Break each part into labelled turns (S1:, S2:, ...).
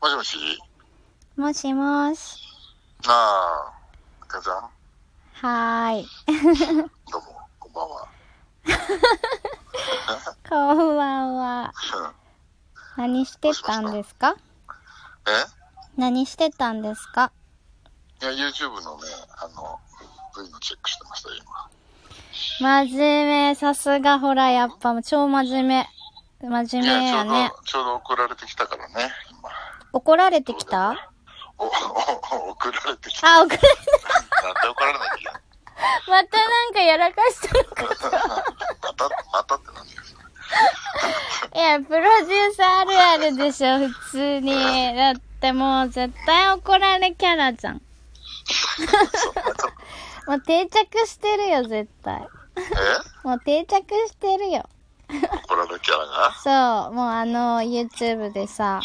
S1: もしもし
S2: もしもし。
S1: なあ、赤ちゃん
S2: はーい。
S1: どうも、こんばんは。
S2: こんばんは。何してたんですか
S1: え
S2: 何してたんですか
S1: いや、YouTube のね、あの、V のチェックしてましたよ、今。
S2: 真面目。さすが、ほら、やっぱ、超真面目。真面
S1: い
S2: 目
S1: や、ちょ
S2: や
S1: う
S2: ね。
S1: ど、ちょうど送られてきたからね、今。
S2: 怒られてきた
S1: お、お、お送られてきた。
S2: あ、怒られて、
S1: なんで怒られなきゃいけない
S2: またなんかやらかしたのか。
S1: また、またって何だよ、それ。
S2: いや、プロデューサーあるあるでしょ、普通に。だってもう、絶対怒られキャラじ ゃん。もう定着してるよ、絶対。
S1: え
S2: もう定着してるよ。
S1: 怒られるキャラが
S2: そう、もうあの、YouTube でさ、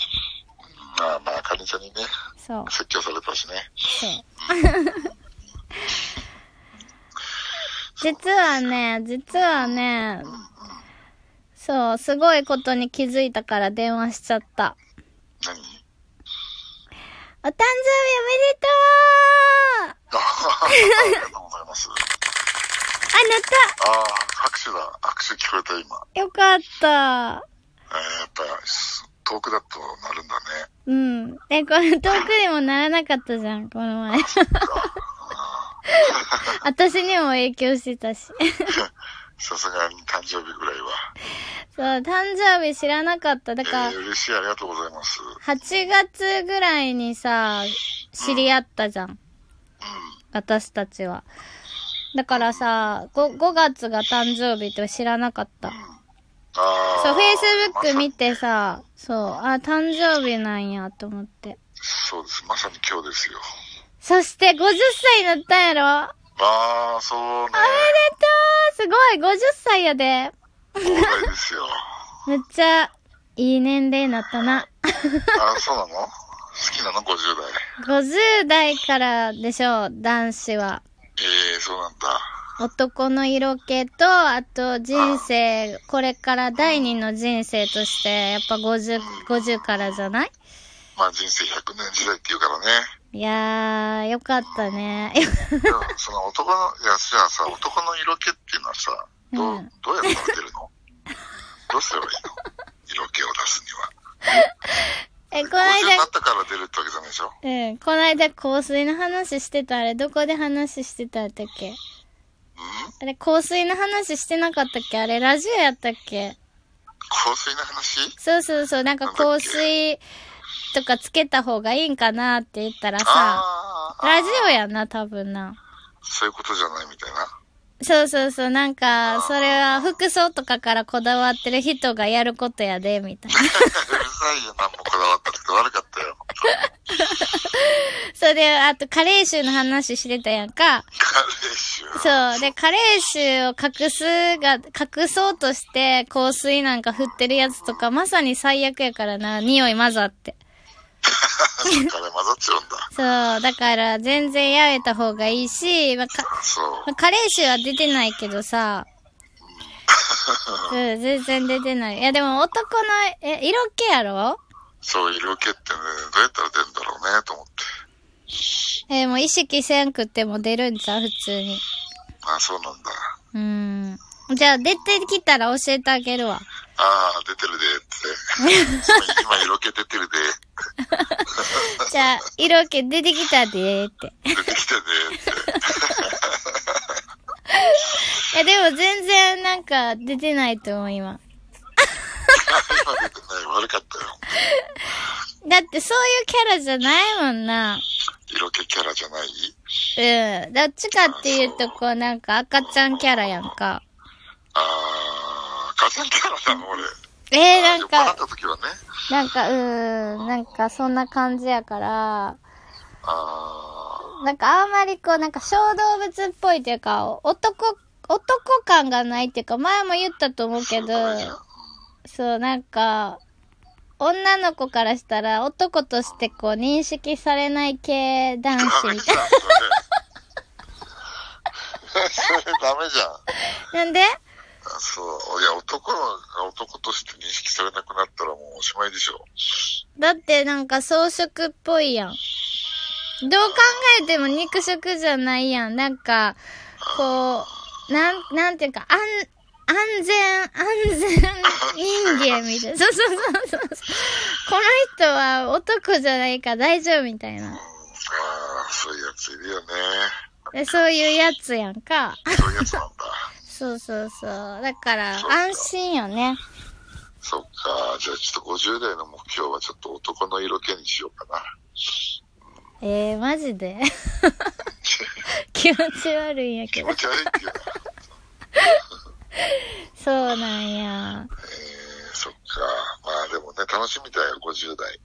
S1: まあまあ、かりんちゃんにね、
S2: そう、
S1: 説教されたしね。
S2: そう。 実はね、実はね、そう、すごいことに気づいたから電話しちゃった。
S1: 何
S2: お誕生日おめでとう
S1: あありがとうございます。
S2: あ、な
S1: ああ、拍手だ。拍手聞こえた、今。
S2: たよかっ
S1: え
S2: た。
S1: ーやっぱ、す遠くだとなるん だね。
S2: うん。え、これ遠くにもならなかったじゃん、この前。 私にも影響してたし。
S1: さすがに誕生日ぐらいは。
S2: そう、誕生日知らなかった。だから
S1: えー、、嬉しい、ありがとうございます。
S2: 8月ぐらいにさ、知り合ったじゃん。私たちは。だからさ5、5月が誕生日って知らなかった。
S1: ああ。
S2: そう、Facebook 見
S1: ま
S2: てさ、そう、あ、誕生日なんやと思って。
S1: さそうです。まさに今日ですよ。
S2: そして50歳になったんやろ
S1: ああ、そうね。
S2: おめでとうすごい !50 歳やで。
S1: 大台ですよ。
S2: めっちゃ、いい年齢になったな。
S1: ああ、そうなの好きなの ?50 代。
S2: 50代からでしょう、男子は。
S1: ええー、そうなんだ。
S2: 男の色気と、あと人生、これから第二の人生として、やっぱ50、50からじゃない
S1: まあ人生100年時代っていうからね。
S2: いやー、よかったね。
S1: でもその男の、いや、じゃあさ、男の色気っていうのはさ、ど
S2: う、
S1: うんどうやって出るのどうすればいいの色気を出すには。
S2: え、こ
S1: 50にな
S2: な
S1: ったから出るってわけじゃないでしょ。
S2: いだ、うん、こないだ香水の話してた、あれ、どこで話してたやったっけ
S1: うん
S2: あれ、香水の話してなかったっけあれ、ラジオやったっけ
S1: 香水の話
S2: そうそうそう、なんか香水とかつけた方がいいんかなって言ったらさ、
S1: あー
S2: ラジオやんな、多分な。
S1: そういうことじゃないみたいな。
S2: そうそうそう、なんか、それは服装とかからこだわってる人がやることやで、みたいな。
S1: うるさいよ、何もこだわったって悪かったよ。
S2: それで、あと、加齢臭の話してたやんか。
S1: カレー臭。
S2: そう。で、加齢臭を隠すが、隠そうとして、香水なんか振ってるやつとか、まさに最悪やからな、匂い混ざって。
S1: カレー混ざっちゃうんだ。
S2: そう。だから、全然やめた方がいいし、まあ、か、
S1: そう。
S2: まあ、加齢臭は出てないけどさ、うん、全然出てない。いや、でも男の、え、色気やろ
S1: そう、色気ってね、どうやったら出るんだろうね、と思って。
S2: えーもう意識せんくっても出るんちゃう普通に。
S1: あ、そうなんだ。
S2: うーん。じゃあ、出てきたら教えてあげるわ。
S1: ああ、出てるで、って。今、色気出てるで。
S2: じゃあ、色気出てきたでーって。
S1: 出てきたねって。
S2: いや、でも全然なんか出てないと思う、
S1: 今
S2: 今。
S1: 出てない。悪かったよ。
S2: だってそういうキャラじゃないもんな。
S1: 色気キャラじゃない
S2: うん。どっちかっていうと、こうなんか赤ちゃんキャラやんか。
S1: ああ、母さんキャラなの、俺。
S2: えー、なん
S1: 酔っ払った
S2: か、
S1: 時はね。
S2: なんか、うーん、なんかそんな感じやから、
S1: あ
S2: なんかあんまりこうなんか小動物っぽいというか、男、男感がないっていうか、前も言ったと思うけど、そうなんか、女の子からしたら男としてこう認識されない系男
S1: あ、ダメ
S2: 子み
S1: じ
S2: た
S1: ゃん、
S2: い
S1: それ。 それダメじゃん。
S2: な。なんで
S1: あそう。いや、男が男として認識されなくなったらもうおしまいでしょ。
S2: だってなんか草食っぽいやん。どう考えても肉食じゃないやん。なんか、こう、なん、なんていうか、安、安全、安全人間みたいな。そうそうそうそう。この人は男じゃないから大丈夫みたい
S1: あ
S2: な。
S1: あ、そういうやついるよね。
S2: でそういうやつやんか。
S1: そういうやつなんだ。
S2: そうそうそう。だから、安心よね。
S1: そっか。じゃあちょっと50代の目標はちょっと男の色気にしようかな。
S2: えー、マジで 気持ち悪いんやけ
S1: 気
S2: ど
S1: 持。ち悪いっていうな。
S2: そうなんや。
S1: えー、そっか。まあでもね、楽しみたいよ、50代。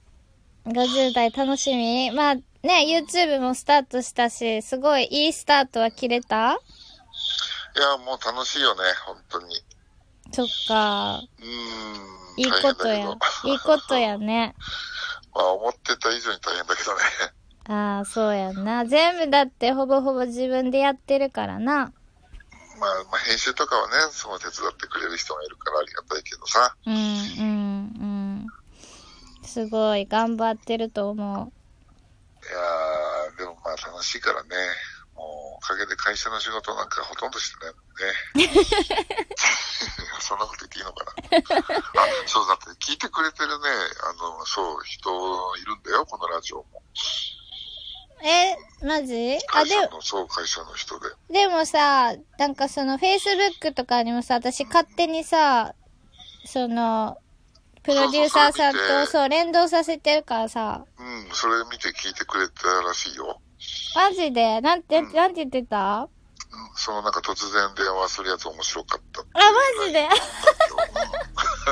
S2: 50代楽しみまあね、YouTube もスタートしたし、すごいいいスタートは切れた
S1: いや、もう楽しいよね、本当に。
S2: そっか。
S1: うーん。
S2: いいこと
S1: 大変
S2: や
S1: だけ。ど
S2: いいこと。やね。
S1: まあ思ってた以上に大変だけどね。
S2: ああ、そうやんな。全部だってほぼほぼ自分でやってるからな。
S1: まあ、まあ、編集とかはね、その手伝ってくれる人がいるからありがたいけどさ。
S2: うん、うん、うん。すごい、頑張ってると思
S1: いやー、でもまあ楽しいからね。もうおかげで会社の仕事なんかほとんどしてないもんね。 そんなこと言っていいのかな。あ、そうだって聞いてくれてるね、あの、そう、人いるんだよ、このラジオも。
S2: う。え、マジあ、
S1: 会
S2: で
S1: 社、の、そう、会社の人で。
S2: でもさ、なんかその Facebook とかにもさ、私勝手にさ、その、プロデューサーさん
S1: そうそう
S2: と
S1: そ
S2: そう連動させてるからさ、
S1: うん、それ見て聞いてくれたらしいよ。
S2: マジで、なんて、なんて言ってたあ、
S1: うん、そのなんか突然電話するやつ面白かったって
S2: マジで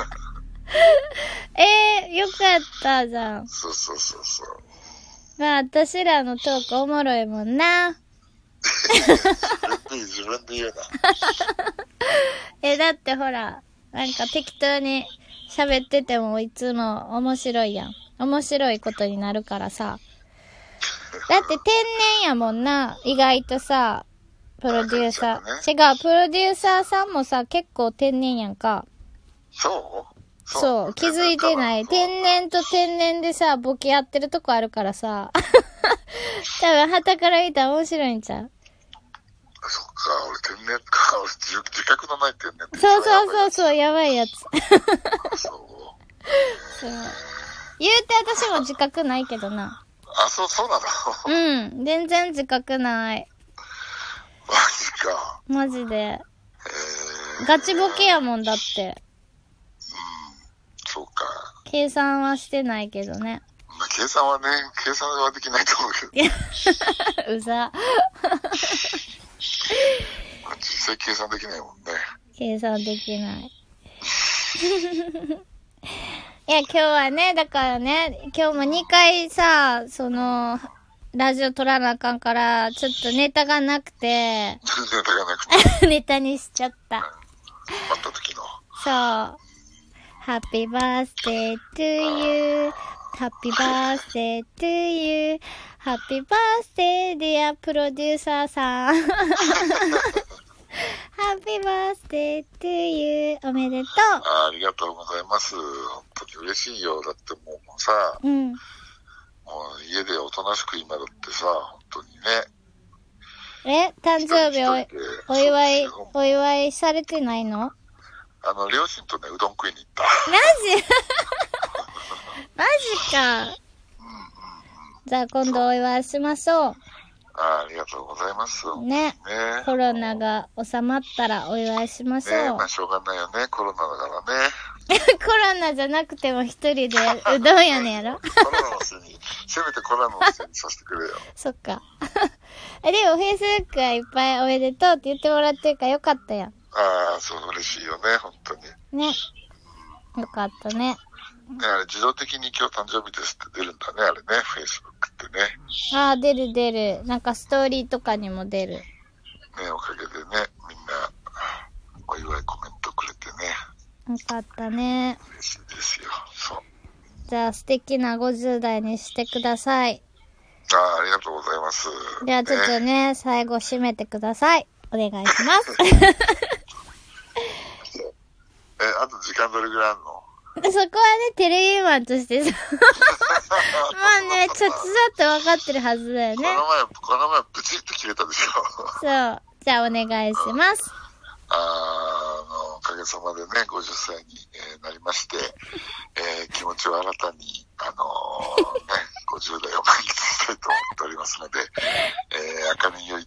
S2: えー、よかったじゃん。
S1: そうそうそうそう。
S2: まあ、私らのトークおもろいもんな。
S1: 自分で言うな。
S2: え、だってほら、なんか適当に喋っててもいつも面白いやん。面白いことになるからさ。だって天然やもんな、意外とさ、プロデューサー。違う、プロデューサーさんもさ、結構天然やんか。
S1: そう
S2: そう、気づいてない。天然と天然でさ、ボケ合ってるとこあるからさ。多分、旗から見たら面白いんちゃう
S1: そっか、俺天然か。 俺自自覚のない天然って
S2: そうそうそううそう、やばいやつ。
S1: そう。そう
S2: そう。言うて私も自覚ないけどな。
S1: あ、そう、そうなの
S2: うん、全然自覚ない。
S1: マジか。
S2: マジで。
S1: えー、
S2: ガチボケやもんだって。
S1: そうか。
S2: 計算はしてないけどね。
S1: まあ、計算はね、計算はできないと思うけど、
S2: うざ。
S1: まあ実際計算できないもんね。、
S2: 計算できない。 いや、今日はね、だからね、今日も2回さ、その、ラジオ撮らなあかんから、ちょっとネタがなくて
S1: 全然高なくて、
S2: ネタにしちゃった。
S1: 待った時の。
S2: そう。Happy birthday to you. Happy birthday to you. Happy birthday, dear producer さん。Happy birthday to you. おめでと
S1: あありがとうございます。本当に嬉しいよ。だってもうさ、
S2: う。うん。
S1: もう家でおとなしく今だってさ、本当にね。
S2: え、誕生日
S1: 一人で
S2: お、
S1: そう
S2: お祝い
S1: ですよ、
S2: お祝いされてないのマ
S1: あの、両親とね、うどん食いに行った。
S2: ジ マジか。じゃあ今度お祝いしましょ
S1: あーありがとうございます。
S2: う。
S1: ね
S2: ね。
S1: え。
S2: コロナが収まったらお祝いしまし
S1: ねえ、
S2: ょう。
S1: まあ、しょうがないよね。コロナだからね。
S2: コロナじゃなくても一人でうどん屋の やろ
S1: コロナのせいに、せめてコロナのせいにさせてくれよ。
S2: そっか。 えでも Facebook はいっぱいおめでとうって言ってもらってるからよかったや
S1: ああ、そう、嬉しいよね、本当に。
S2: ん。ね。よかった
S1: ね、
S2: ね。
S1: あれ、自動的に今日誕生日ですって出るんだね、あれね、Facebook ってね。
S2: ああ、出る出る。なんかストーリーとかにも出る。
S1: ね、おかげでね、みんな、お祝いコメントくれてね、
S2: よかったね。
S1: 嬉しいですよ。そう。
S2: じゃあ素敵な50代にしてください。
S1: ああ、ありがとうございます。
S2: ではちょっと
S1: ね
S2: ね、最後締めてください。お願い します。
S1: え、あと時間どれぐらいあるの
S2: でそこはね、テレビマンとしてさ、まあね、ちょっとだって分かってるはずだよ
S1: こ
S2: ね
S1: の。前、この前、ブチって切れたでしょ。
S2: そう。じゃあお願いします。
S1: あの、おかげさまでね、50歳に、えーなりまして、えー気持ちを新たに、あのーね、50代を満喫したいと思っておりますので、えー、明るい良い